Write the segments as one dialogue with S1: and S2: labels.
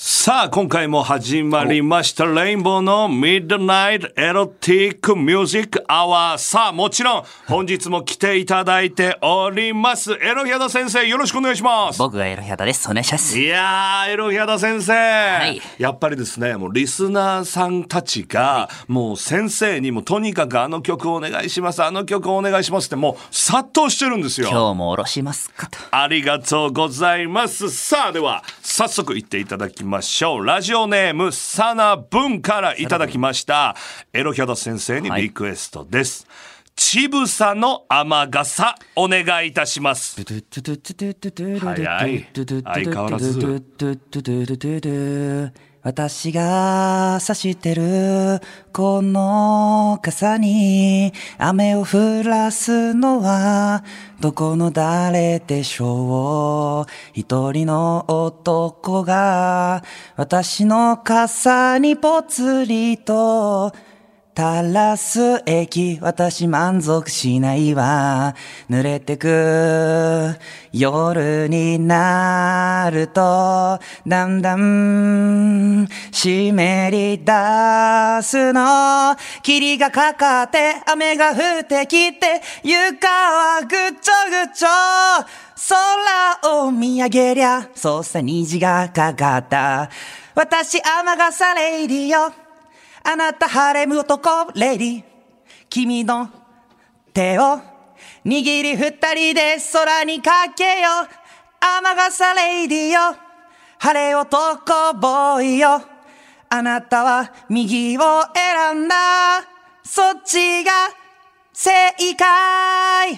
S1: さあ、今回も始まりました、レインボーのミッドナイトエロティックミュージックアワー。さあ、もちろん、本日も来ていただいております。エロヒャダ先生、よろしくお願いします。
S2: 僕がエロヒャダです。お願いします。
S1: いやー、エロヒャダ先生、
S2: い
S1: やっぱりですね、もうリスナーさんたちが、もう先生にもとにかくあの曲お願いします、あの曲お願いしますって、もう殺到してるんですよ。
S2: 今日もおろしますかと。
S1: ありがとうございます。さあ、では、早速行っていただきましょう。ラジオネーム、サナブンからいただきました。エロヒャダ先生にリクエストです。ちぶさの雨傘、お願いいたします。
S2: 早
S1: い相変わらず。
S2: 私が差してるこの傘に雨を降らすのはどこの誰でしょう一人の男が私の傘にぽつりとタラス駅、私満足しないわ。濡れてく。夜になると、だんだん、湿り出すの。霧がかかって、雨が降ってきて、床はぐちょぐちょ。空を見上げりゃ、そうさ虹がかかった。私、雨傘レイディよ。あなた晴れむ男レディ君の手を握り二人で空にかけよう雨傘レイディよ晴れ男ボーイよあなたは右を選んだそっちが正解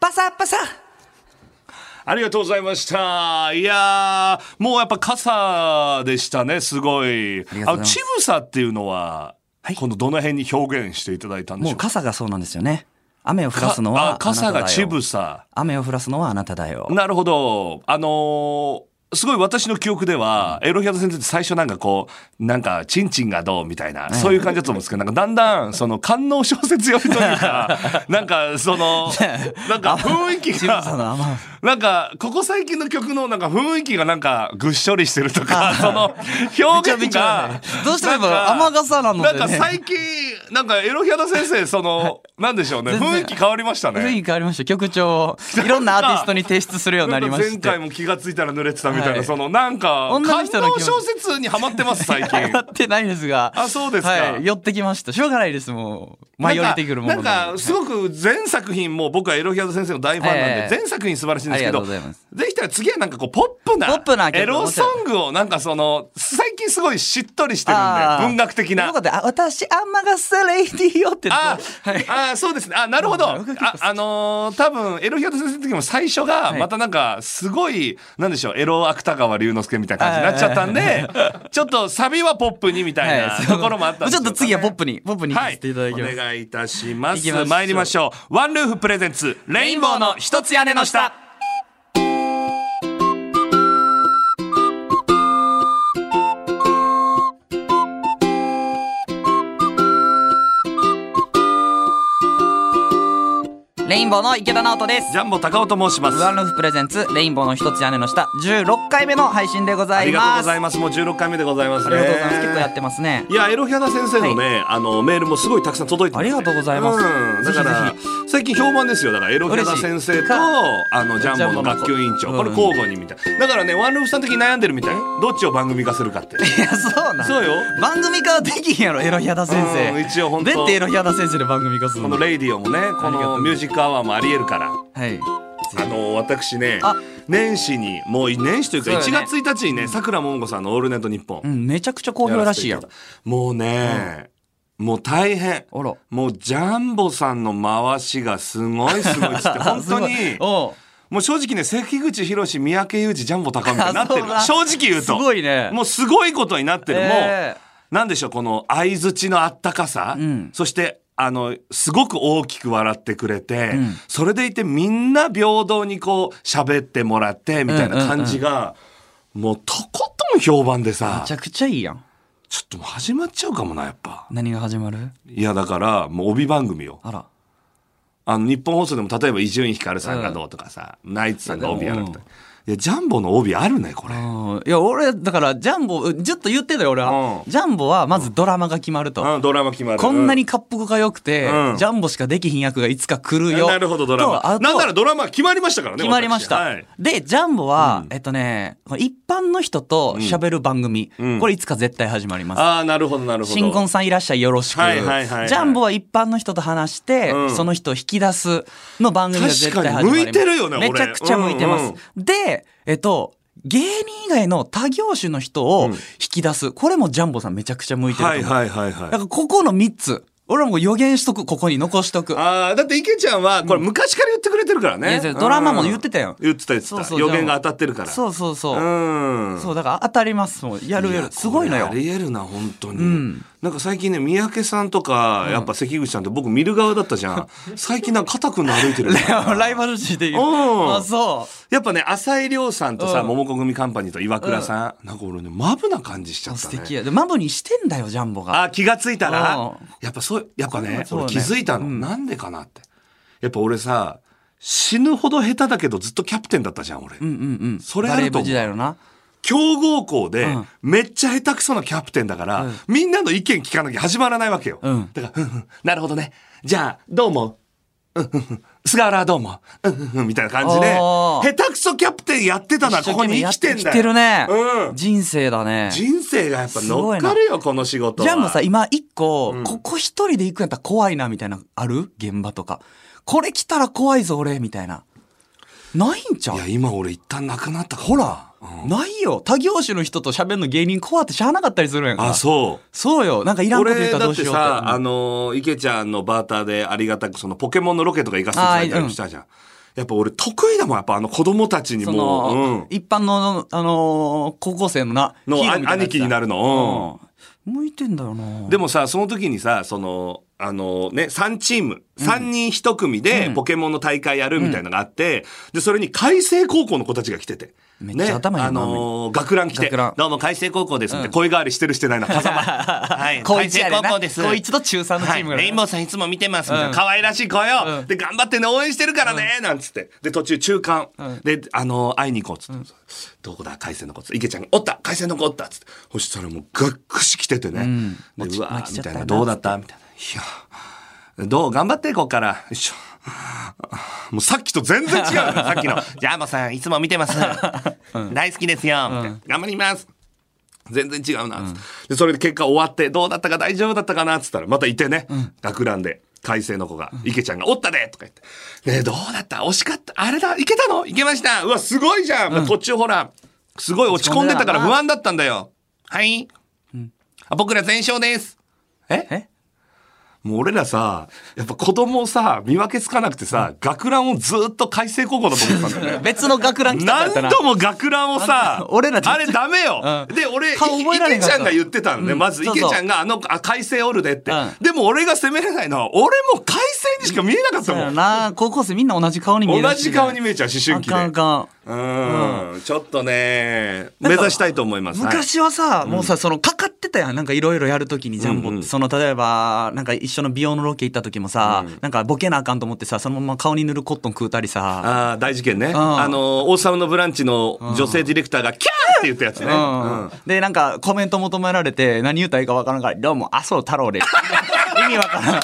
S2: パサパサ
S1: ありがとうございました。いやー、もうやっぱ傘でしたね、すごい。
S2: りがと
S1: あ
S2: うござい
S1: の、
S2: ま
S1: ち
S2: す
S1: ぶさっていうのは、
S2: はい
S1: 今度どの辺に表現していただいたんでし
S2: も
S1: ょ
S2: う
S1: うか。
S2: 傘がそうなんですよね雨を降らすの
S1: あ
S2: はあな
S1: 傘
S2: ただ
S1: が
S2: よ
S1: ちぶさ。
S2: 雨を降らすのはあなただよ
S1: なるほど。あのーすごい私の記憶では、エロヒャド先生って最初なんかこう、なんか、チンチンがどうみたいな、そういう感じだと思うんですけど、なんかだんだん、その、官能小説寄りという か、なんか、その、なんか雰囲気
S2: あ
S1: が、
S2: の雨
S1: なんか、ここ最近の曲のなんか雰囲気がなんか、ぐっしょりしてるとか、その、表現
S2: びちょびちょだ
S1: が
S2: ね、どうしてもや
S1: なん
S2: っぱ
S1: か
S2: 雨傘なのでね
S1: なんか最近、なんかエロヒャド先生、その、なんでしょうね、
S2: 全然
S1: 雰囲気変わりましたね。
S2: 雰囲気変わりました曲調 をいろんなアーティストに提出するようになりまし
S1: 前
S2: て
S1: 回も気がついたら濡れてたみたいな、
S2: はい
S1: そのなんか
S2: 女の
S1: 感
S2: 人の
S1: 動
S2: 気持ち
S1: 小説にハマってます最近
S2: やってないですが
S1: あそうですか
S2: はい、寄ってきましたしょうがないですもう舞い降りてくるもの
S1: なん
S2: な
S1: か
S2: の
S1: なんか
S2: です
S1: ごく全作品もう僕はエロヒアド先生の大ファンなんで、
S2: ええ
S1: 全作品素晴らしいんですけ
S2: あ
S1: ど
S2: りがとうございます
S1: できたら次はなんかこうポップな
S2: ポップな曲
S1: エロソングをなんかその最近すごいしっとりしてるん
S2: あ
S1: で
S2: ー
S1: 文学的な
S2: という。ことであ私雨傘レイディよって
S1: あ、
S2: はい
S1: あそうですね。あ、なるほど。あ、あのー多分、エロヒアト先生の時も最初が、
S2: はい
S1: またなんか、すごい、なんでしょう、エロ芥川龍之介みたいな感じになっちゃったんで、 ちょっとサビはポップにみたい
S2: はい
S1: なところもあったん
S2: もう
S1: です
S2: ち
S1: よ
S2: ょっと次はポップにポップに行か
S1: は
S2: せ
S1: い。
S2: ていただきます、
S1: お願いいたしま
S2: 行
S1: す。
S2: きましょう
S1: 参りましょう。ワンルーフプレゼンツ、レインボーの一つ屋根の下。
S2: レインボーの池田直人です
S1: ジャンボ高尾と申します。
S2: ワンルーフプレゼンツレインボーの一つ屋根の下16回目の配信でござ
S1: あ
S2: い
S1: りがとう
S2: ま
S1: ご
S2: す
S1: ざいます。もう16回目でございます
S2: あ
S1: ね。
S2: りがとうございます結構やってますね
S1: いや、エロヒャダ先生のね、あの、メールもすごいたくさん届いてますね
S2: ありがとうございます
S1: うん、だから
S2: ぜ
S1: 最近評判ですよ。だから、エロヒャダ先生
S2: 嬉しい
S1: と、あの、ジャンボの学級委員長。
S2: うん
S1: これ交互にみたい。だからね、ワンルーフさん的に悩んでるみたい。どっちを番組化するかって。
S2: いやそうなん
S1: そうよ。
S2: 番組化はできんやろエロヒャダ先
S1: うん
S2: 生
S1: 一応本当
S2: どうやってエロヒャダ先生で番組化する
S1: こ
S2: の
S1: のレイディオもね、こ
S2: ありがと
S1: の
S2: う
S1: ミュージックアワーもありえるから。
S2: はい
S1: あの私ね
S2: あ
S1: 年始にもう年始というか
S2: そうよ
S1: 1
S2: ね
S1: 月1日にねさくらももこさんの「オールナイトニッポン」
S2: うんめちゃくちゃ好評らしいやん
S1: もうね、もう大変
S2: あら
S1: もうジャンボさんの回しがすごいすごいっつって 本当に
S2: すごいおう
S1: もう正直ね関口宏三宅裕二ジャンボ高見みたいになってる
S2: あ
S1: 正
S2: そうだ
S1: 直言うと
S2: すごいね
S1: もうすごいことになってる、
S2: え
S1: もうなんでしょうこの相づちのあったかさ、
S2: ん
S1: そしてあのすごく大きく笑ってくれて、
S2: ん
S1: それでいてみんな平等にこう喋ってもらってみたいな感じが、もうとことん評判でさ
S2: めちゃくちゃいいやん
S1: ちょっともう始まっちゃうかもなやっぱ
S2: 何が始まる
S1: いやだからもう帯番組よ
S2: あら
S1: あの日本放送でも例えば伊集院光さんがどうとかさ、ナイツさんが帯やらとか、いやジャンボの帯あるねこれ、
S2: うんいや、俺、だから、ジャンボ、ずっと言ってたよ、俺は。
S1: う
S2: ジャンボは、まずドラマが決まると。
S1: うん、ドラマ決まる
S2: こんなに滑覆が良くて、
S1: うん
S2: ジャンボしかできひん役がいつか来る
S1: うん
S2: よ。
S1: なるほどドラ
S2: とあ
S1: マ
S2: と
S1: なんならドラマ決まりましたからね
S2: 決まりました。
S1: 私はい
S2: で、ジャンボは、えっとね、一般の人と喋る番組、これいつか絶対始まります。
S1: ああなるほどなるほど
S2: 新婚さんいらっしゃいよろしく、
S1: はいはいはいはい
S2: ジャンボは一般の人と話して、
S1: うん
S2: その人を引き出すの番組が絶対始まります
S1: 確かに向いてるよね俺
S2: めちゃくちゃ向いてます、
S1: うん
S2: でえっと芸人以外の他業種の人を引き出す、これもジャンボさんめちゃくちゃ向いてると
S1: は
S2: 思、
S1: いうはいはいはい
S2: だからここの3つ俺はもう予言しとくここに残しとく
S1: ああだって池ちゃんはこれ昔から言ってくれてるから
S2: い
S1: ね
S2: やじゃあドラマも言ってたよ
S1: うん言ってた言って
S2: そう
S1: た
S2: そう
S1: 予言が当たってるから
S2: そうそうそう、
S1: うん
S2: そうだから当たりますもうやるやる
S1: や
S2: すごいのよ
S1: これありえるな本当に、なんか最近ね三宅さんとかやっぱ関口さんって僕見る側だったじゃ ん最近なんか肩くんの歩いてる
S2: ライバル視で言う
S1: うん
S2: あそう
S1: やっぱね浅井亮さんとさ
S2: うん
S1: 桃子組カンパニーと岩倉さん、なんか俺ねマブな感じしちゃった
S2: 素
S1: ね
S2: 敵やでマブにしてんだよジャンボが
S1: あ気がついた
S2: うん
S1: らやっぱそうやっぱね
S2: そうだ
S1: 俺気
S2: ね
S1: づいたの、なんでかなってやっぱ俺さ死ぬほど下手だけどずっとキャプテンだったじゃん俺、
S2: うんうんうん
S1: それあ
S2: バレー
S1: ると
S2: 部
S1: 思
S2: 時
S1: う
S2: 代のな
S1: 強豪校で
S2: うん
S1: めっちゃ下手くそなキャプテンだから、
S2: うん
S1: みんなの意見聞かなきゃ始まらないわけよ、
S2: うん
S1: だから「うんうんなるほどねじゃあどう思ううんうんうん菅原はどう思ううんうんうん」みたいな感じで
S2: お
S1: 下
S2: ー
S1: 手くそキャプテンやってたのはここに生きてん
S2: 一
S1: だ
S2: 生懸
S1: よ
S2: 命やってきてるね、
S1: うん
S2: 人生だねジ
S1: 人生がやっぱ乗っかるよこの仕事は
S2: ャンボさ今一個、
S1: うん
S2: ここ一人で行くんやったら怖いなみたいなある現場とかこれ来たら怖いぞ俺みたいなないんちゃう
S1: いや今俺一旦なくなったから
S2: ほら、ないよ他業種の人と喋るの芸人怖ってしゃあなかったりするんやんから
S1: あそう
S2: そうよなんかいらんこと言っ
S1: 俺
S2: たら
S1: だ
S2: ど
S1: っ
S2: うしてようって
S1: さ、あの池ちゃんのバーターでありがたくそのポケモンのロケとか行かせていただいたりもしたじゃん、やっぱ俺得意だもんやっぱあの子供たちに
S2: そ
S1: もう、
S2: の、
S1: うん、
S2: 一般の、あのー高校生のな、
S1: の
S2: ヒーロ
S1: あ
S2: ーみたいやつだ
S1: 兄貴になるの、
S2: うん向いてんだよな。
S1: でもさその時にさそのあのね3チーム3人1組でポケモンの大会やるみたいなのがあって、でそれに海星高校の子たちが来てて。
S2: めっちゃ頭いいな
S1: あのー学ラン来て
S2: 学ラン
S1: どうも海星高校です」って声変わりしてるしてないな風間 はい
S2: 高一や
S1: 海
S2: でな
S1: 星高校です
S2: 高一と中三のチームが
S1: はい、レインボーさんいつも見てますみたいな、
S2: うん
S1: 可愛らしい声を、
S2: うん
S1: で頑張ってね応援してるからね、なんつってで途中中間、
S2: ん
S1: であの会いに行こうっつって、どこだ海鮮の子っつって池ちゃんが「おった海鮮の子おった」っつってそしたらもうがっくし来ててね、
S2: ん
S1: でうわー
S2: 落ち
S1: み
S2: ちゃった
S1: たい
S2: よな
S1: な「どうだった?」みたいな「いやどう頑張ってこっから」よいしょもうさっきと全然違う よさっきの「ジャーボさんいつも見てます、大好きですよ」みたいな頑張ります」全然違うなっつって、でそれで結果終わってどうだったか大丈夫だったかなっつったらまたいてね、学ランで海星の子が「池ちゃんがおったで!」とか言って「ねえどうだった惜しかったあれだいけたのいけましたうわすごいじゃん、まあ途中ほらすごい落ち込んでたから不安だったんだよはい、あ僕ら全勝です」え
S2: え
S1: もう俺らさ、やっぱ子供をさ、見分けつかなくてさ、学ランをずっと海星高校だと思ってたんだよね。
S2: 別の学ラン来たからやったな
S1: 何度も学ランを
S2: あ
S1: さ
S2: の、俺ら
S1: あれダメよ。
S2: うん
S1: で、俺、い
S2: 顔覚えられ
S1: 池
S2: なかっ
S1: ち
S2: た
S1: ゃんが言ってたのね。
S2: うん
S1: まず、
S2: そう
S1: 池ち
S2: そう
S1: ゃんが、あの、あ海星おるでって
S2: うん。
S1: でも俺が責めれないのは、俺も海星にしか見えなかった
S2: そうや
S1: もん。
S2: な高校生みんな同じ顔に見える
S1: 同じ顔に見えちゃう、思春
S2: あかんあ
S1: 期で。
S2: かん
S1: うん、ちょっとね、目指したいと思います。はい
S2: 昔はさ、もうさ、その、かかってたやん。なんかいろいろやるときにジャンボって、
S1: うんうん
S2: その、例えば、なんか一緒の美容のロケ行ったときもさ、なんかボケなあかんと思ってさ、そのまま顔に塗るコットン食うたりさ、
S1: あー大事件ね。あの、王様のブランチの女性ディレクターが、キャーって言ったやつね。
S2: うん
S1: うん
S2: で、なんかコメント求められて、何言ったらいいかわからんから、どうも、麻生太郎です。 意味わからん。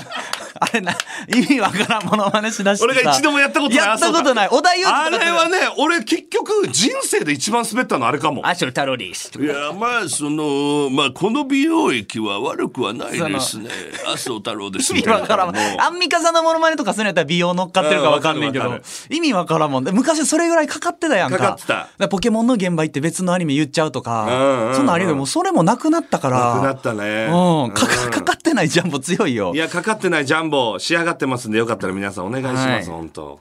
S2: あれな、意味わからんものまねしだしてさ
S1: 俺が一度もやったことない。
S2: やったことない。
S1: あそう
S2: お
S1: だ
S2: 題言う
S1: あれはね、俺結局人生で一番滑ったのあれかも。
S2: 麻生太郎です。
S1: いや、まあ、その、まあ、この美容液は悪くはない
S2: です
S1: ね。麻生太郎です
S2: 意味わからんもん。アンミカさんのモノマネとかするんやったら美容乗っかってるかわかんないけ
S1: うんわ
S2: ど
S1: かるわか、
S2: 意味わからんもん。で昔それぐらいかかってたやんか。
S1: かかってた
S2: だらポケモンの現場行って別のアニメ言っちゃうと
S1: うんうんう
S2: か、
S1: ん
S2: そんなんありでもうそれもなくなったから。
S1: なくなったね
S2: うん。か
S1: う
S2: か
S1: ん
S2: かかってないジャンボ強いよ
S1: い。や、かかってないジャンボ、仕上がってますんで、よかったら皆さんお願いします、
S2: はい
S1: 本当。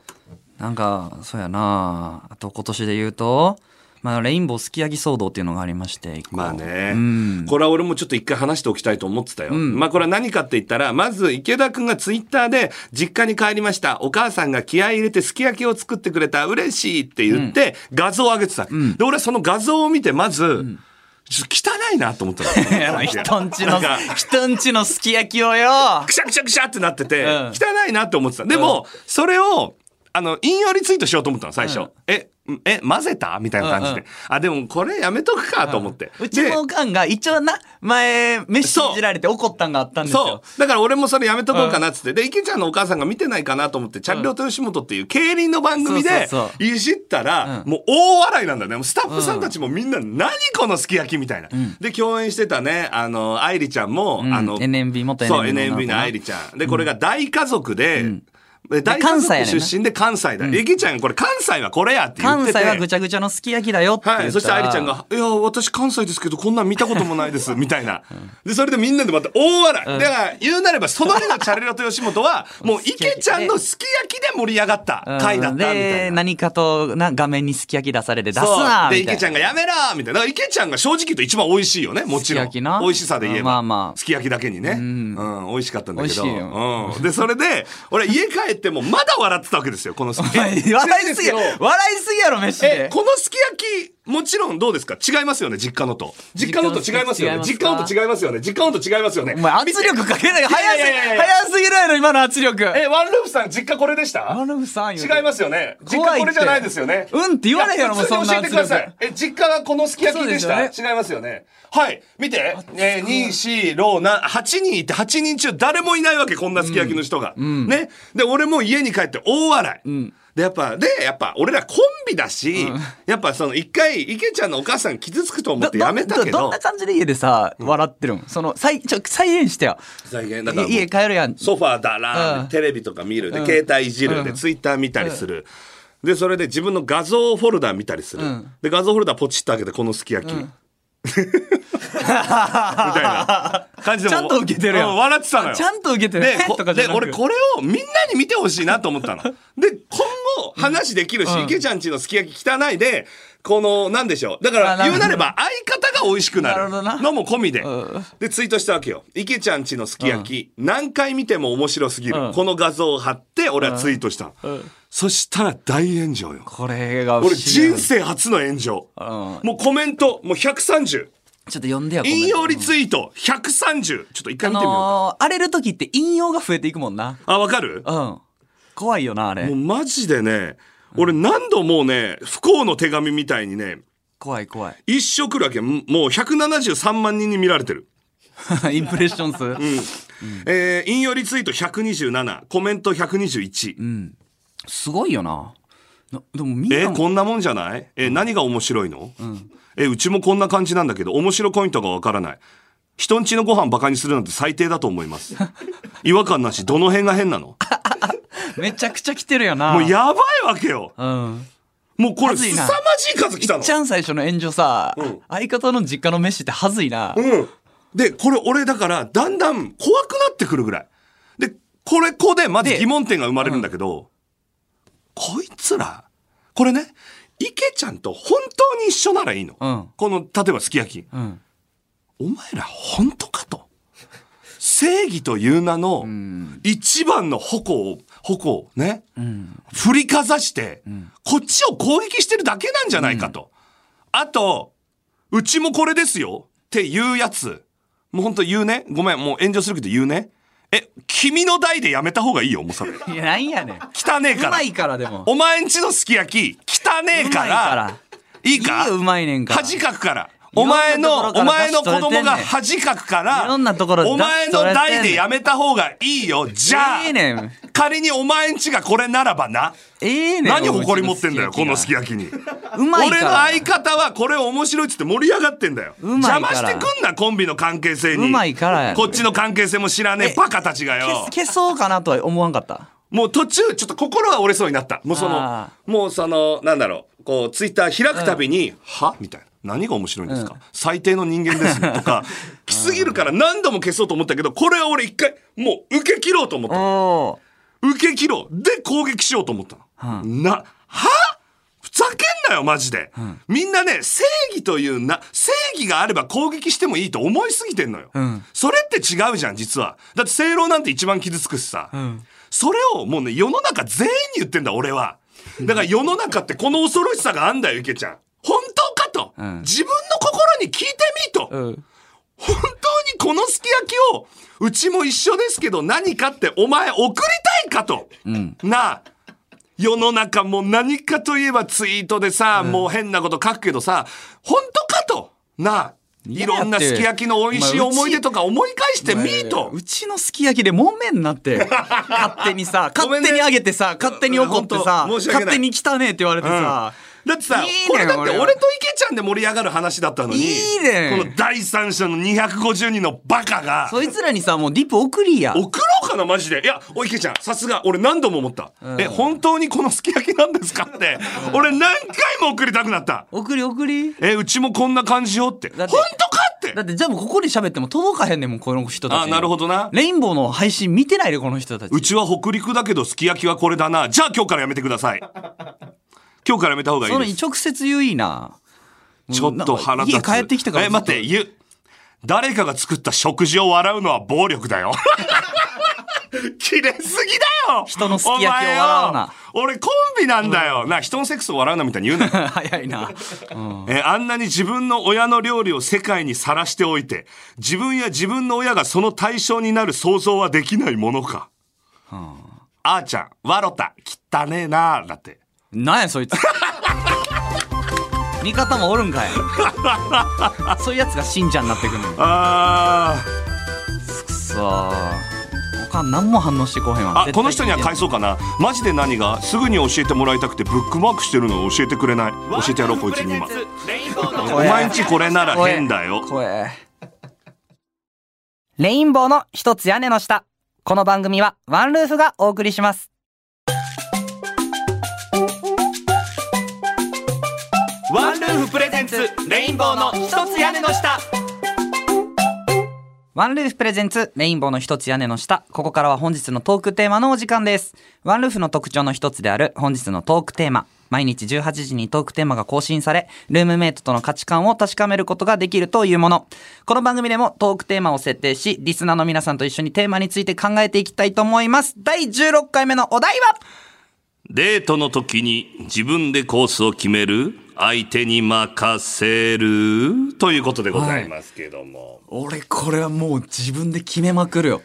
S2: なんか、そうやなあと今年で言うと、まあ、レインボーすき焼き騒動っていうのがありまして、一個
S1: まあね、これは俺もちょっと一回話しておきたいと思ってたよ。まあこれは何かって言ったら、まず池田くんがツイッターで、実家に帰りました。お母さんが気合い入れてすき焼きを作ってくれた。嬉しいって言って、画像を上げてたわけ、で、俺はその画像を見て、まず、ちょっと汚いなと思ったの
S2: 人んち
S1: な
S2: の
S1: んか
S2: 人んちのすき焼きをよ
S1: くしゃくしゃくしゃってなってて、
S2: うん
S1: 汚いなって思ってた。でも、それを、あの、引用リツイートしようと思ったの、最初。
S2: うん
S1: え、え、混ぜたみたいな感じで。
S2: うんうん
S1: あ、でもこれやめとくかと思って。
S2: うち
S1: で
S2: のおかんが一応な前メッセ
S1: そう
S2: ージられて怒ったんがあったんです
S1: そ
S2: よ
S1: う。だから俺もそれやめとこうかなっつって。で、池ちゃんのお母さんが見てないかなと思って、チャンリオと吉本っていう競輪の番組で
S2: そうそうそ
S1: いじったら、
S2: うん
S1: もう大笑いなんだよね。もうスタッフさんたちもみんな、何このすき焼きみたいな。で、共演してたね、あの、愛理ちゃんも、
S2: ん
S1: あの、
S2: NMB 元 NMB
S1: そう、
S2: の女の子
S1: NMB の愛理ちゃん。で、これが大家族で、で大家
S2: 関西やねん
S1: 族
S2: な
S1: 出身で関西だ。池ちゃんがこれ関西はこれやって言っ
S2: 関
S1: てて。
S2: 西はぐちゃぐちゃのすき焼きだよって言っ
S1: はい、そして愛理ちゃんが「いや私関西ですけどこんなん見たこともないです」みたいな、でそれでみんなでまた大笑い、だから言うなればその日のチャレロと吉本 はもう池ちゃんのすき焼きで盛り上がった回だった
S2: うん
S1: みた
S2: で
S1: いな。
S2: 何かとな画面にすき焼き出されて出す
S1: そう
S2: な
S1: で
S2: みた
S1: 池
S2: い
S1: ちゃ
S2: なん
S1: が「やめろ!」みたいなだから池ちゃんが正直言うと一番美味しいよねもちろん
S2: すき焼きな
S1: 美味しさで言えば、
S2: まあまあ
S1: すき焼きだけにね、うん美味しかったんだけど
S2: 美味しいよ
S1: うん、でそれで俺家帰ってもまだ笑ってたわけですよこのすき
S2: 笑
S1: 焼き
S2: いすぎや笑いすぎやろ飯
S1: え
S2: で
S1: このすき焼きもちろんどうですか違いますよね実家のと実家のと違いますよね実
S2: 実
S1: 家
S2: 家
S1: の
S2: の
S1: と
S2: と
S1: 違いますよね実家のと違いますよね
S2: お前圧力かけない早すぎ
S1: いやいやいやいや
S2: 早すぎるやろ今の圧力
S1: えワンルーフさん実家これでした
S2: アルフさんよ
S1: 違いますよね実家これじゃないですよね
S2: うんって言われへんやろ
S1: いや
S2: もうそん
S1: 普通
S2: な
S1: に教えてください
S2: 圧
S1: え実家がこのすき焼きでした
S2: そうです
S1: 違いますよねはい見てえ二四六な八人いて八人中誰もいないわけこんなすき焼きの人が、ねで俺も家に帰って大笑い、でやっぱでやっぱ俺らコンビだし、やっぱその一回池ちゃんのお母さん傷つくと思ってやめたけ
S2: ど
S1: ど
S2: んな感じで家でさ笑ってるんその再ちょ再現してよ
S1: 財源だからもう
S2: 家帰るやん
S1: ソファーだら、
S2: うん
S1: テレビとか見るで、
S2: ん
S1: 携帯いじるで、
S2: うん
S1: ツイッター見たりする、でそれで自分の画像フォルダ見たりする、
S2: うん
S1: で画像フォルダポチッと開けてこのすき焼き、 みたいな感じで
S2: ち
S1: も
S2: ゃんと受けてるやん
S1: う笑ってたのよ
S2: ちゃんと 受けてる
S1: でこ
S2: とかじゃ
S1: で
S2: なく
S1: 俺これをみんなに見てほしいなと思ったので今後話できるし、
S2: うん
S1: 池ちゃんちのすき焼き汚いでこのなんでしょうだか
S2: あ
S1: ら
S2: な
S1: 言
S2: るほ
S1: う
S2: ど
S1: なれば相方が美味しくな
S2: な
S1: る
S2: るほどな
S1: のも込みで、
S2: うん
S1: でツイートしたわけよ池ちゃんちのすき焼き、何回見ても面白すぎる、
S2: うん
S1: この画像を貼って俺はツイートしたの、
S2: ん
S1: そしたら大炎上よ
S2: これが不思
S1: 俺
S2: 議やな
S1: 人生初の炎上、
S2: ん
S1: もうコメントもう130
S2: ちょっと呼んでよ
S1: 引用リ
S2: イ
S1: ツイート130ちょっと一回
S2: あ
S1: 見てみようか、
S2: のー荒れる時って引用が増えていくもんな
S1: あわかる
S2: うん怖いよなあ
S1: もう
S2: れ
S1: マジでね、俺何度もうね、不幸の手紙みたいにね、
S2: 怖い怖い
S1: 一生来るわけ。もう173万人に見られてる。
S2: インプレッション数、
S1: えー引用リツイート127、コメント121。
S2: すごいよななでもみんな
S1: えーこんなもんじゃないえー何が面白いの、えーうちもこんな感じなんだけど、面白ポイントがわからない。人んちのご飯バカにするなんて最低だと思い ます。違和感なし、どの辺が変なの
S2: めちゃくちゃ来てるよな
S1: もうやばいわけよ。
S2: うん
S1: もうこれ、
S2: まずい
S1: 凄
S2: な
S1: まじい数来たの。
S2: ちゃん最初の炎上さ、
S1: ん
S2: 相方の実家の飯ってはずいな、
S1: うん。で、これ俺だから、だんだん怖くなってくるぐらい。で、これ、ここでまず
S2: で
S1: 疑問点が生まれるんだけど、こいつら、これね、池ちゃんと本当に一緒ならいいの。
S2: うん
S1: この、例えばすき焼き。
S2: うん
S1: お前ら本当かと。正義という名の一番の矛を、矛をね、振りかざして、こっちを攻撃してるだけなんじゃないかと。あと、うちもこれですよっていうやつ。もう本当言うね。ごめん、もう炎上するけど言うね。え、君の代でやめた方がいいよ、もうそれ。
S2: いやな んやねんう
S1: 汚ねえから
S2: ま。いからでも
S1: お前んちのすき焼き、汚ねえか
S2: うまいからら。
S1: いいか
S2: いいようまいねんから
S1: 恥かくから。お前の、
S2: いろ
S1: お
S2: んな
S1: 前の
S2: と
S1: 子
S2: ころから
S1: 供が恥かくから、
S2: いろんなところで
S1: お前の
S2: 出し
S1: 代
S2: 取れてんねん
S1: でやめた方がいいよ。じゃあ
S2: ええねん、
S1: 仮にお前んちがこれならばな。
S2: ええねん
S1: 何誇り持ってんだよ、このすき
S2: 焼
S1: 焼きに。
S2: きうまいか
S1: 俺の
S2: ら
S1: 相方はこれ面白いっつって盛り上がってんだよ。
S2: うまいから
S1: 邪魔してくんな、コンビの関係性に。
S2: うまいからやねん
S1: こっちの関係性も知らねえ
S2: え
S1: バカたちがよ
S2: 消。消そうかなとは思わんかった
S1: もう途中、ちょっと心が折れそうになった。もうその
S2: あ、
S1: もうその、なんだろう、こう、ツイッター開くたびに、はみたいな。何が面白いんですか、最低の人間ですねとか、来すぎるから何度も消そうと思ったけど、これは俺一回、もう受け切ろうと思った。
S2: お
S1: 受け切ろう。で、攻撃しようと思ったの。な、はふざけんなよ、マジで。みんなね、正義というな、正義があれば攻撃してもいいと思いすぎてんのよ。
S2: ん
S1: それって違うじゃん、実は。だって正論なんて一番傷つくしさ。それをもうね、世の中全員に言ってんだ、俺は。だから世の中ってこの恐ろしさがあんだよ、池ちゃん。本当かと、
S2: ん
S1: 自分の心に聞いてみと、
S2: うん
S1: 本当にこのすき焼きをうちも一緒ですけど何かってお前送りたいかと、なあ世の中もう何かといえばツイートでさ、もう変なこと書くけどさ本当かとなあい
S2: や
S1: ろんな
S2: だって
S1: すき焼きの美味しい
S2: お前うち
S1: 思い出とか思い返してみーと、
S2: うちのすき焼きで揉めんなって。 勝手にさ、
S1: ごめん
S2: 勝
S1: ね
S2: 手にあげてさ、勝手に怒ってさ、
S1: うん申し訳ない
S2: 勝手に汚ねえって言われてさ。
S1: だってさ
S2: いいねん
S1: これだって
S2: 俺は
S1: 俺と池ちゃんで盛り上がる話だったのに
S2: いいねん
S1: この第三者の250人のバカが
S2: そいつらにさ、もうリプ送りや。
S1: 送ろうかなマジでいやおいけちゃんさすが俺何度も思った、え本当にこのすき焼きなんですかって、俺何回も送りたくなった
S2: 送り送り。
S1: えうちもこんな感じよって
S2: だ
S1: 本
S2: って
S1: 当かって
S2: だってじゃあもうここで喋っても届かへんねんもん、この人たち。
S1: あなるほどな
S2: レインボーの配信見てないで、この人たち。
S1: うちは北陸だけどすき焼きはこれだなじゃあ今日からやめてください今日からやめた方がい
S2: そ
S1: い
S2: の
S1: です
S2: 直接言ういいな。
S1: ちょっと腹立つ
S2: 家帰ってきたから
S1: え待って言う誰かが作った食事を笑うのは暴力だよ 綺麗すぎだよ
S2: 人のすき焼きを笑うな
S1: お前よ俺コンビなんだよ、な人のセックスを笑うなみたいに言うなよ
S2: 早いな。うん
S1: えーあんなに自分の親の料理を世界にさらしておいて、自分や自分の親がその対象になる想像はできないものか。あーちゃん、わろた、汚ねえなあだって。
S2: なんやそいつ。 味方もおるんかい。 そういうやつが信者になってくるの。
S1: あ
S2: くそー。他何も反応してこうへんわ。
S1: あ、この人には返
S2: す。
S1: そうかな。マジで何がすぐに教えてもらいたくてブックマークしてるのを教えてくれない。教えてやろう、こいつに今。お前んちこれなら変だよ。
S2: 怖え。
S3: レインボーの一つ屋根の下。この番組はワンルーフがお送りします。
S1: ワンルーフプレゼンツ、レインボーの一つ屋根の下。
S3: ワンルーフプレゼンツ、レインボーの一つ屋根の下。ここからは本日のトークテーマのお時間です。ワンルーフの特徴の一つである本日のトークテーマ。毎日18時にトークテーマが更新され、ルームメイトとの価値観を確かめることができるというもの。この番組でもトークテーマを設定し、リスナーの皆さんと一緒にテーマについて考えていきたいと思います。第16回目のお題は
S1: デートの時に自分でコースを決める相手に任せるということでございますけども、
S2: 俺これはもう自分で決めまくるよ。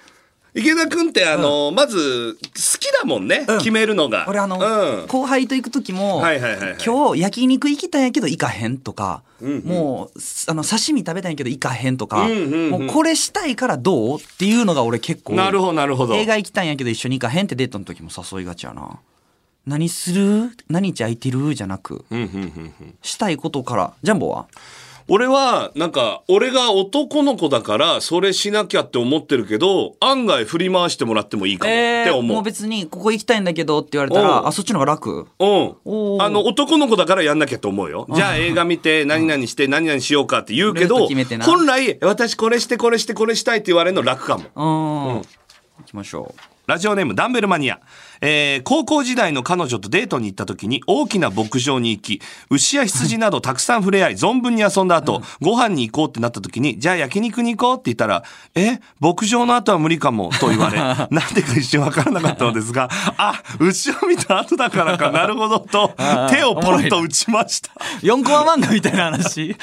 S1: 池田君ってあの、まず好きだもんね、決めるのが
S2: 俺あの、
S1: うん
S2: 後輩と行く時も、
S1: はいはいはいはい
S2: 今日焼肉行きたんやけど行かへんとか、もうすあの刺身食べたんやけど行かへんとか、もうこれしたいからどうっていうのが俺結構
S1: なるほどなるほど
S2: 映画行きたんやけど一緒に行かへんってデートの時も誘いがちやな何する何日空いてるじゃなく、したいことからジャンボは
S1: 俺はなんか俺が男の子だからそれしなきゃって思ってるけど案外振り回してもらってもいいかもって思う、
S2: もう別にここ行きたいんだけどって言われたら
S1: おう
S2: あそっちの方が楽
S1: うん
S2: お。ー
S1: あの、男の子だからやんなきゃと思うよ。じゃあ映画見て、何々して、何々しようかって言うけ
S2: ルー
S1: ど、
S2: ト決めてな
S1: 本来、私これして、これして、これしたいって言われるの楽かも。
S2: うん、行きましょう
S1: ラジオネームダンベルマニア。えー高校時代の彼女とデートに行った時に大きな牧場に行き、牛や羊などたくさん触れ合い、存分に遊んだ後、ご飯に行こうってなった時に、じゃあ焼肉に行こうって言ったら、え、牧場の後は無理かも、と言 われ、なんでか一瞬わからなかったのですが、あ、牛を見た後だからか、なるほど、と、手をポンと打ちました。
S2: 4コマ漫画みたいな 話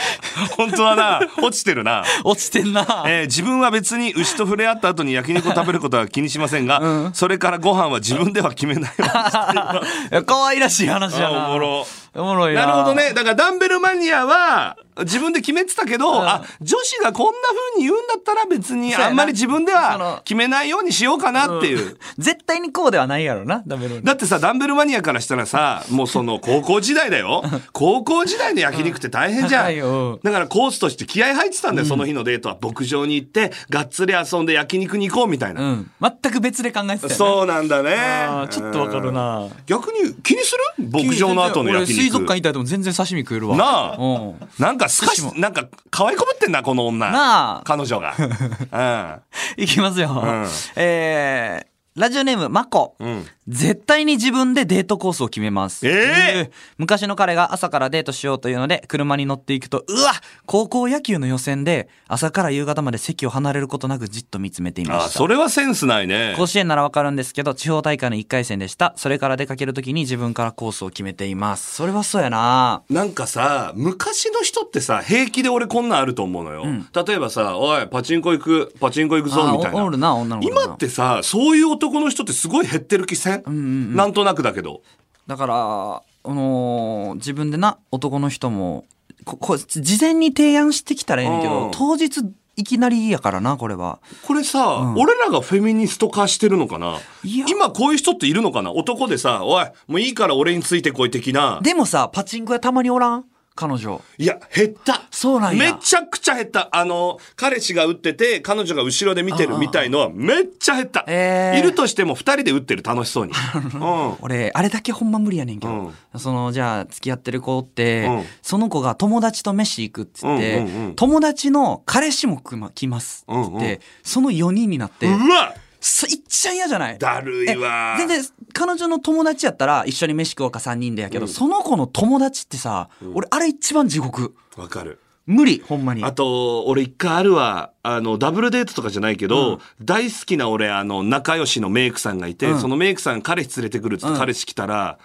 S1: 本当だな、落ちてるな。
S2: 落ちてんな
S1: えー自分は別に牛と触れ合った後に焼肉を食べることは気にしませんが、それからご飯は自分では決めないようにしています
S2: いや可愛らしい話やな
S1: あおもろ
S2: おもろいな
S1: なるほどねだからダンベルマニアは自分で決めてたけど、あ女子がこんな風に言うんだったら別に
S2: そうやな
S1: あんまり自分では決めないようにしようかなっていう。
S2: 絶対にこうではないやろなダメロ
S1: だってさダンベルマニアからしたらさもうその高校時代だ よ高校時代の焼肉って大変じゃ
S2: 高
S1: ん
S2: いよ
S1: だからコースとして気合入ってたんだよ、その日のデートは牧場に行ってがっつり遊んで焼肉に行こうみたいな、
S2: うん全く別で考えてたよね
S1: そうなんだ
S2: あ
S1: ね
S2: ーちょっとわかる
S1: うん
S2: な
S1: 逆に気にする牧場の後の焼
S2: 俺水
S1: 肉
S2: 族館行ったらでも全然刺身食えるわ
S1: なあ
S2: うん
S1: なんかすかし
S2: 寿司
S1: なんか可愛いこぶってんなこの女
S2: なあ
S1: 彼女 がうん
S2: いきますよ、
S1: ん
S2: えーラジオネームまこ、
S1: ん
S2: 絶対に自分でデートコースを決めます。
S1: ええ
S2: ー昔の彼が朝からデートしようというので、車に乗っていくと、うわ高校野球の予選で、朝から夕方まで席を離れることなくじっと見つめていま
S1: あー
S2: した。
S1: それはセンスないね
S2: 甲子園ならわかるんですけど、地方大会の1回戦でした。それから出かけるときに自分からコースを決めています。それはそうやな
S1: なんかさ昔の人ってさ平気で俺こんなんあると思うのよ、例えばさ「おいパチンコ行くパチンコ行くぞ」
S2: あ
S1: みたいな
S2: おおるな女の子だな
S1: 今ってさそういう男の人ってすごい減ってる気せん,、なんとなくだけど
S2: だから、あのー自分でな、男の人も、ここ事前に提案してきたらええねんけど、
S1: うん
S2: 当日いきなりやからな、これは。
S1: これさ、俺らがフェミニスト化してるのかない
S2: や
S1: 今こういう人っているのかな男でさ「おいもういいから俺についてこい」的な
S2: でもさ、パチンコ屋たまにおらん彼女。
S1: いや減った
S2: そうなんや
S1: めちゃくちゃ減ったあの彼氏が打ってて彼女が後ろで見てるみたいのはめっちゃ減った、
S2: えー
S1: いるとしても2人で打ってる楽しそうに、うん、
S2: 俺、あれだけほんま無理やねんけど、その、じゃあ、付き合ってる子って、
S1: うん
S2: その子が友達と飯行くって言って、
S1: うんうんうん
S2: 友達の彼氏も来ま来ますって言って、
S1: うんうん
S2: その4人になって、
S1: うわ
S2: さいっちゃ嫌じゃない
S1: だるいわ
S2: え全然彼女の友達やったら一緒に飯食おうか3人でやけど、その子の友達ってさ、俺あれ一番地獄
S1: わかる
S2: 無理ほんまに
S1: あと俺一回あるわあのダブルデートとかじゃないけど、大好きな俺あの仲良しのメイクさんがいて、そのメイクさん彼氏連れてくるっつって彼氏来たら、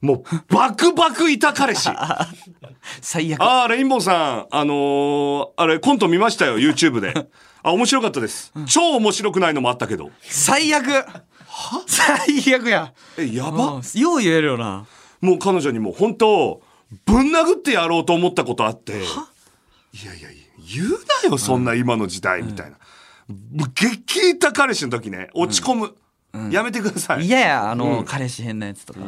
S1: もうバクバクいた彼 氏あ
S2: 最悪
S1: あレインボーさんあのーあれコント見ましたよ YouTube であ面白かったです、超面白くないのもあったけど
S2: 最悪最悪や
S1: えやば
S2: うんよう言えるよな
S1: もう彼女にもう本当ぶん殴ってやろうと思ったことあっていやいや言うなよそんな今の時代みたいな、もう激いた彼氏の時ね落ち込む、やめてください
S2: いややあの、彼氏変なやつとか、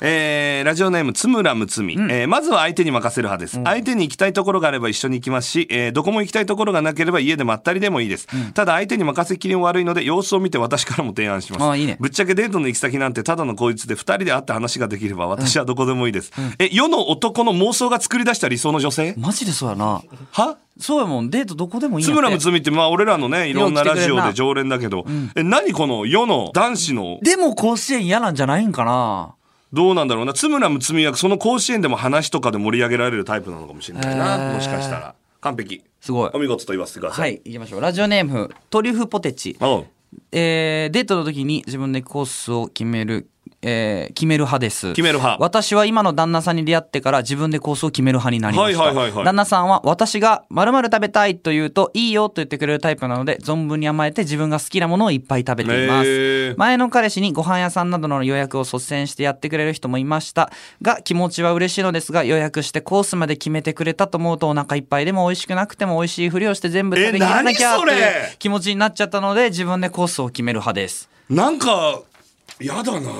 S1: えーラジオネームつむらむつみ、えーまずは相手に任せる派です、相手に行きたいところがあれば一緒に行きますし、えーどこも行きたいところがなければ家でまったりでもいいです、ただ相手に任せきりも悪いので様子を見て私からも提案します
S2: あーいいね
S1: ぶっちゃけデートの行き先なんてただのこいつで2人で会って話ができれば私はどこでもいいです、え世の男の妄想が作り出した理想の女性
S2: マジでそうやな
S1: は
S2: そうやもんデートどこでもいいん
S1: つ
S2: やっ
S1: む
S2: て
S1: らむつみってまあ俺らのねいろんなラジオ
S2: よう来てくれるな
S1: で常連だけど、え何この世の男子の
S2: でも甲子園嫌なんじゃないんかな
S1: どうなんだろうな津村睦美はその甲子園でも話とかで盛り上げられるタイプなのかもしれないな、
S2: へー
S1: もしかしたら完璧
S2: すごい
S1: お見事と言わせてくださ、
S2: はいい行きましょうラジオネームトリュフポテチ
S1: おう
S2: えーデートの時に自分でコースを決める、えー決める派です
S1: 決める派
S2: 私は今の旦那さんに出会ってから自分でコースを決める派になりました、
S1: はいはいはいはい
S2: 旦那さんは私が「まる食べたい」と言うと「いいよ」と言ってくれるタイプなので存分に甘えて自分が好きなものをいっぱい食べていま
S1: へ
S2: す
S1: ー
S2: 前の彼氏にご飯屋さんなどの予約を率先してやってくれる人もいましたが気持ちは嬉しいのですが予約してコースまで決めてくれたと思うとお腹いっぱいでも美味しくなくても美味しいふりをして全部食べきらなきゃ
S1: え何
S2: と
S1: そ
S2: い
S1: れ
S2: う気持ちになっちゃったので自分でコースを決める派です
S1: なんかやだな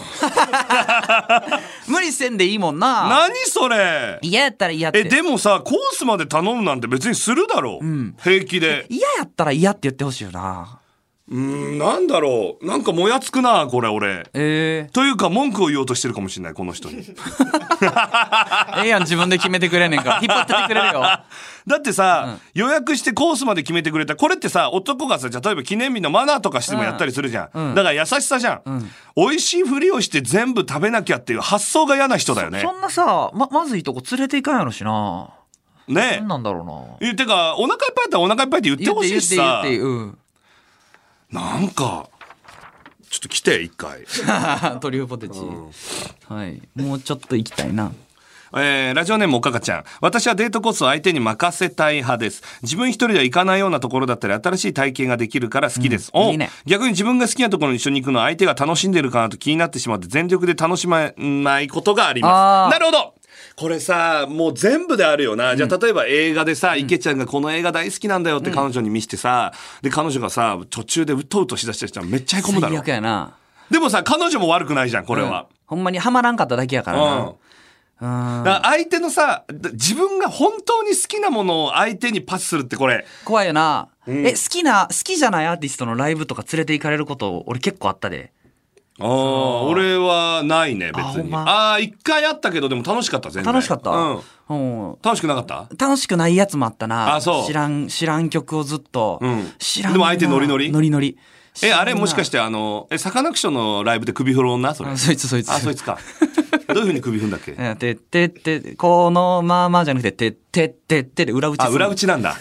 S2: 無理せんでいいもんな
S1: 何それ
S2: 嫌やったら嫌って
S1: えでもさコースまで頼むなんて別にするだろう、平気で
S2: 嫌やったら嫌って言ってほしいよな
S1: うーんなんだろうなんかもやつくなこれ俺
S2: え
S1: というか文句を言おうとしてるかもしれないこの人に
S2: えええやん自分で決めてくれねん から引っ張っててくれるよ
S1: だってさ、予約してコースまで決めてくれたこれってさ男がさ例えば記念日のマナーとかしてもやったりするじゃん、だから優しさじゃん、美味しいふりをして全部食べなきゃっていう発想が嫌な人だよね
S2: そんなさままずいとこ連れていかんやろしな
S1: ね
S2: 何なんだろうな
S1: えてかお腹いっぱいあったらお腹いっぱいって言ってほしいし
S2: 言っ
S1: さ
S2: て言って言って
S1: なんかちょっと来て一回、
S2: うんトリュフポテチ、はいもうちょっと行きたいな
S1: えーラジオネームおかかちゃん私はデートコースを相手に任せたい派です自分一人では行かないようなところだったり新しい体験ができるから好きです、お
S2: いいね
S1: 逆に自分が好きなところに一緒に行くのは相手が楽しんでるかなと気になってしまって全力で楽しまないことがあり
S2: あ
S1: ま
S2: ー
S1: すなるほどこれさもう全部であるよな、じゃあ例えば映画でさ池ちゃんがこの映画大好きなんだよって彼女に見せてさ、で彼女がさ途中でうとうとしだした人はめっちゃへこむだ
S2: 最
S1: ろ
S2: 悪やな
S1: でもさ彼女も悪くないじゃんこれは、
S2: ほんまにはまらんかっただけやからな
S1: うんだから相手のさだ自分が本当に好きなものを相手にパスするってこれ
S2: 怖いよな、え好きな好きじゃないアーティストのライブとか連れて行かれること俺結構あったで
S1: ああ俺はないね別
S2: あほん
S1: に
S2: ま
S1: ああ一回あったけどでも楽しかった全然
S2: 楽しかった、
S1: うん、
S2: うん
S1: 楽しくなかった
S2: 楽しくないやつもあったな
S1: あそう
S2: 知らん知らん曲をずっと、
S1: ん
S2: 知らんな
S1: でも相手ノリノリ
S2: ノリノリ
S1: え、あれもしかしてあの、え、サカナクションのライブで首振ろうな、それ。
S2: あそいつそいつ
S1: あ、そいつ か。どういうふうに首振るんだっけ
S2: うんてってって、このままじゃなくて、てってってってで裏打ちす
S1: あ、
S2: る。
S1: 裏打ちなんだ。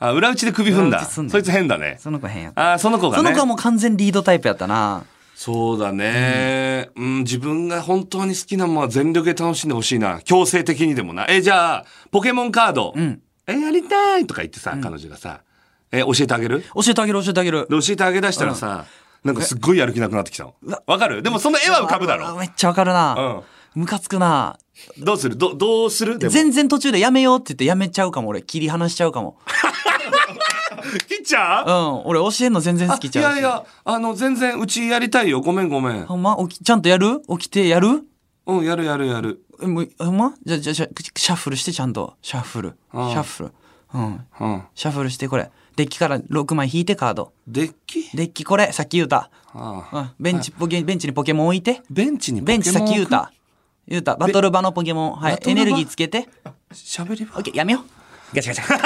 S1: あ、裏打ちで首振るん
S2: 裏
S1: だ。
S2: 打ちすんだ
S1: そいつ変だね。
S2: その子変やった。
S1: あ、その子が
S2: そ
S1: ね。
S2: の子はもう完全リードタイプやったな。
S1: そうだね、うん。自分が本当に好きなものは全力で楽しんでほしいな。強制的にでもな。え、じゃあ、ポケモンカード。え、やりたいとか言ってさ、彼女がさ、え、教えてあげる
S2: 教えてあげる教えてあげる。
S1: で、教えてあげだしたらさ、なんかすっごいやる気なくなってきたの。わかるでもその絵は浮かぶだ
S2: あ
S1: ろ。
S2: めっちゃわかるな。ムカつくな。
S1: どうするど、どうするでも。
S2: 全然途中でやめようって言ってやめちゃうかも俺。切り離しちゃうかも。
S1: 切っちゃ
S2: う。
S1: うん
S2: 俺教えんの全然好きちゃうし
S1: あいやいや、あの、全然、うちやりたいよ。ごめんごめん
S2: ほ。んま起きちゃんとやる起きてやる
S1: うん、やるやるやる。
S2: えもうほんまじゃ、じゃ、じゃ、シャッフルしてちゃんと。シャッフル。シャッフル。うん。
S1: うん。
S2: シャッフルしてこれ。デッキから6枚引いてカード。
S1: デッキ
S2: デッキこれ、さっき言うた。
S1: あ
S2: うん、ベンチ、ポケ、ベンチにポケモン置いて。
S1: ベンチにポケモ
S2: ベ
S1: ン
S2: ンチさっき言う
S1: 置
S2: た。言うた。バトル場のポケモン。は
S1: バ
S2: い。
S1: ト
S2: エ
S1: ル場
S2: ネルギーつけて。
S1: く喋り場
S2: オッケー、やめよう。ガチャガチャ。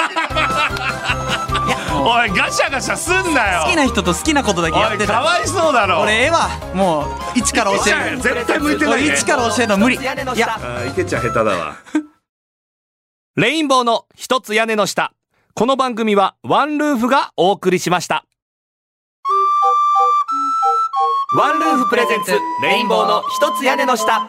S2: 好
S1: おい、ガシャガシャすんなよ。
S2: きな人と好きなことだけや
S1: お
S2: っ
S1: い
S2: て
S1: か
S2: た。
S1: わいそうだろ
S2: 俺、ええわ。もう、一から教える。
S1: 絶対向いてないね
S2: 俺一から教えるの無理。いや、
S1: あいけちゃん下手だわ
S4: レインボーの一つ屋根の下。この番組はワンルーフがお送りしました。ワンルーフプレゼンツ、レインボーの一つ屋根の下。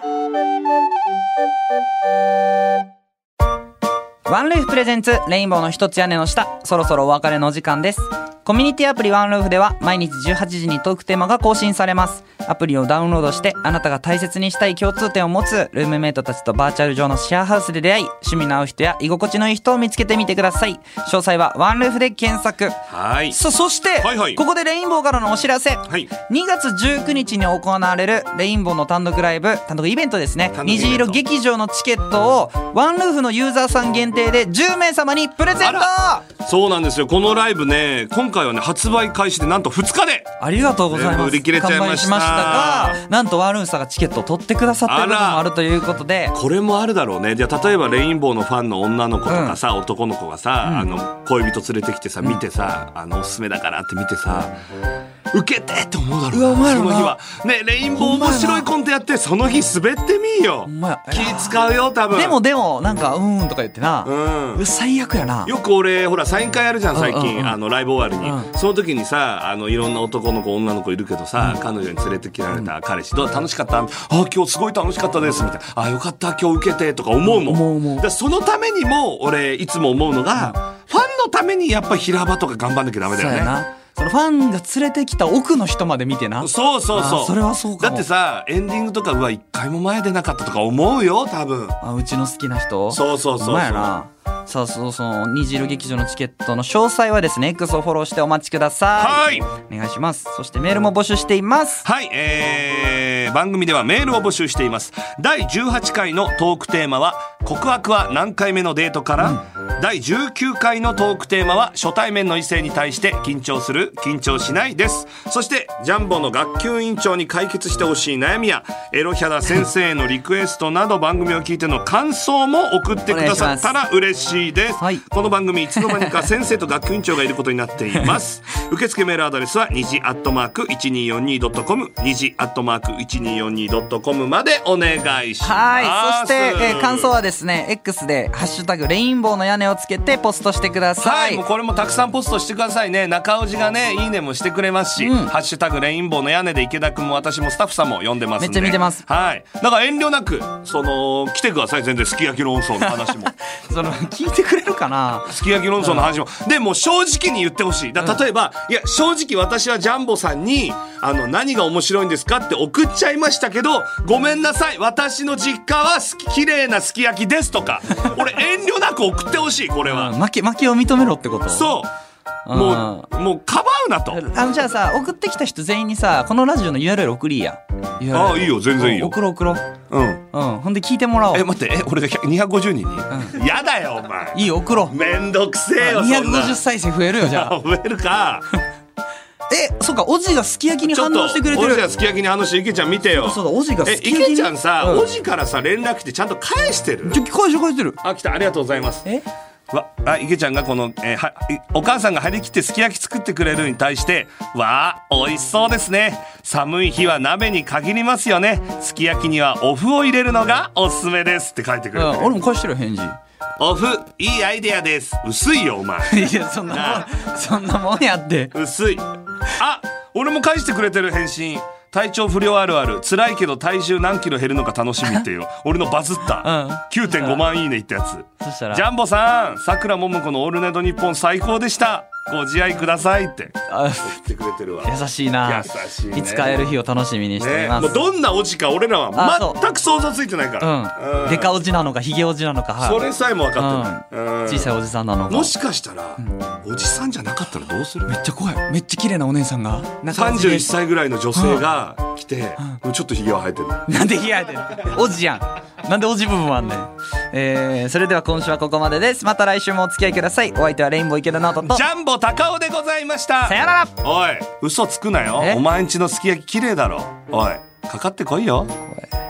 S3: ワンルーフプレゼンツレインボーの一つ屋根の下そろそろお別れのお時間ですコミュニティアプリワンルーフでは毎日18時にトークテーマが更新されますアプリをダウンロードしてあなたが大切にしたい共通点を持つルームメイトたちとバーチャル上のシェアハウスで出会い趣味の合う人や居心地のいい人を見つけてみてください詳細はワンルーフで検索
S1: はい
S3: さあそして、
S1: はいはい
S3: ここでレインボーからのお知らせ、
S1: い
S3: 2月19日に行われるレインボーの単独ライブ単独イベントですね
S1: 単独イベント
S3: 虹色劇場のチケットをワンルーフのユーザーさん限定で10名様にプレゼント
S1: あそうなんですよこのライブね今回はね発売開始でなんと2日で
S3: ありがとうござい
S1: 全部
S3: ま
S1: 売
S3: す
S1: り切れちゃいました
S3: 完売しましたがなんとワンルーフさんがチケットを取ってくださってるの
S1: あら
S3: もあるということで
S1: これもあるだろうねじゃあ例えばレインボーのファンの女の子とかさ、男の子がさ、あの恋人連れてきてさ見てさ、あのおすすめだからって見てさ、受けてって思うだろうな
S3: うわお前ら
S1: そ
S3: な
S1: の日はねレインボー面白いコントやってその日滑ってみよ
S2: んまや
S1: 気使うよ多分
S2: でもでも、なんか、うーんとか言ってな。
S1: うん
S2: う最悪やな。
S1: よく俺ほらサイン会あるじゃん最近、
S2: うんうんうん
S1: あのライブ終わりに、
S2: う
S1: その時にさあのいろんな男の子女の子いるけどさ、彼女に連れてきられた彼氏「どう楽しかった?」あ今日すごい楽しかったです」みたいな「あよかった今日受けて」とか思うもん、
S2: 思う思う
S1: だからそのためにも俺いつも思うのが、ファンのためにやっぱ平場とか頑張んなきゃダメだ
S2: そ
S1: よ
S2: うや
S1: ね。
S2: な。そのファンが連れてきた奥の人まで見てな。
S1: そうそうそ
S2: あ
S1: う
S2: それはそうかも
S1: だってさエンディングとかうわ一回も前出なかったとか思うよ多分
S2: あうちの好きな人
S1: そうそうそうそう
S2: ほんまやなさあそうそう虹色劇場のチケットの詳細はですね X をフォローしてお待ちください
S1: は
S2: お願いしますそしてメールも募集しています
S1: はい、えー、番組ではメールを募集しています。第18回のトークテーマは、告白は何回目のデートから、第19回のトークテーマは、初対面の異性に対して緊張する、緊張しないです。そして、ジャンボの学級委員長に解決してほしい悩みや、エロヒャダ先生へのリクエストなど番組を聞いての感想も送ってくださったら嬉しいです。
S3: はい
S1: この番組いつの間にか先生と学級委員長がいることになっています 受付メールアドレスは2時アットマーク 1242.com 2時アットマーク 1242.com までお願いします
S3: はいそして、えー感想はですね X で「ハッシュタグレインボーの屋根」をつけてポストしてくだ
S1: は
S3: さ
S1: い、
S3: い、
S1: もうこれもたくさんポストしてくださいね中尾路がねいいねもしてくれますし、ハッシュタグレインボーの屋根で池田君も私もスタッフさんも読んでますんで
S3: めっちゃ見てます
S1: はいだから遠慮なくその来てください全然すき焼き論争の話も
S2: その聞いてくれるかな
S1: すき焼き論争の話も、でも正直に言ってほしいだ例えば、いや正直私はジャンボさんにあの何が面白いんですかって送っちゃいましたけどごめんなさい私の実家はすき綺麗なすき焼きですと か俺遠慮なく送ってほしいこれは、
S2: 負け負けを認めろってこと
S1: そう
S2: うん
S1: もうもうかばうなと
S2: あのじゃあさ送ってきた人全員にさこのラジオの URL 送りや URL
S1: ああいいよ全然いいよ
S2: 送ろう送ろう
S1: うん
S2: うんほんで聞いてもらおう
S1: え待ってえ俺が100 250人に、やだよお前
S2: いいよ送ろう
S1: めんどくせえよそんな
S2: 250再生増えるよ じゃあ
S1: 増えるか
S2: えそっかおじがすき焼きに
S1: ちょ
S2: 反
S1: っと
S2: 応してくれて
S1: おじ
S2: る
S1: はすき焼きに話して池ちゃん見てよ
S2: そうだおじが
S1: え、
S2: すき
S1: い
S2: 焼き
S1: け
S2: に
S1: ちゃんさ、
S2: うん
S1: おじからさ連絡来てちゃんと返してる
S2: ちょ返して返してる
S1: あ来たありがとうございます
S2: え
S1: わあいげちゃんがこの、えーはいお母さんが張り切ってすき焼き作ってくれるに対してわあ美味しそうですね寒い日は鍋に限りますよねすき焼きにはお麩を入れるのがおすすめですって書いてくれてる
S2: 俺も返してるよ返事
S1: お麩いいアイデアです薄いよお前
S2: いやそんなもんそんなもんやって
S1: 薄いあ俺も返してくれてる返信体調不良あるある辛いけど体重何キロ減るのか楽しみ っていう俺のバズった、9.5万いいねいったやつ
S2: そしたら
S1: ジャンボさんさくらももこの「オールナイトニッポン」最高でしたご自愛くださいって
S2: あ
S1: 言ってくれてるわ
S2: 優しいな
S1: 優しいね
S2: いつか会える日を楽しみにしてい
S1: ね
S2: ま
S1: も
S2: す、
S1: うどんなオチか俺ら
S2: あそ
S1: は
S2: う
S1: 全く想像ついてないか
S2: う
S1: ら
S2: ん
S1: うん
S2: デカおじなのかヒゲおじなのかはい
S1: それさえも分かってない、うん
S2: 小さいおじさんなのか
S1: もしかしたら、おじさんじゃなかったらどうする
S2: めっちゃ怖いめっちゃ綺麗なお姉さんが
S1: 31歳ぐらいの女性が来て、ちょっとひげは生えてる
S2: なんで冷やいてるおじやんなんでおじ部分もあんねんえー、それでは今週はここまでですまた来週もお付き合いくださいお相手はレインボー池田直人と
S1: ジ
S2: さ
S1: ャンボ高尾でございました
S2: よなら
S1: おい嘘つくなよ
S2: え
S1: お前んちのすき焼き綺麗だろおいかかってこいよ
S2: 怖い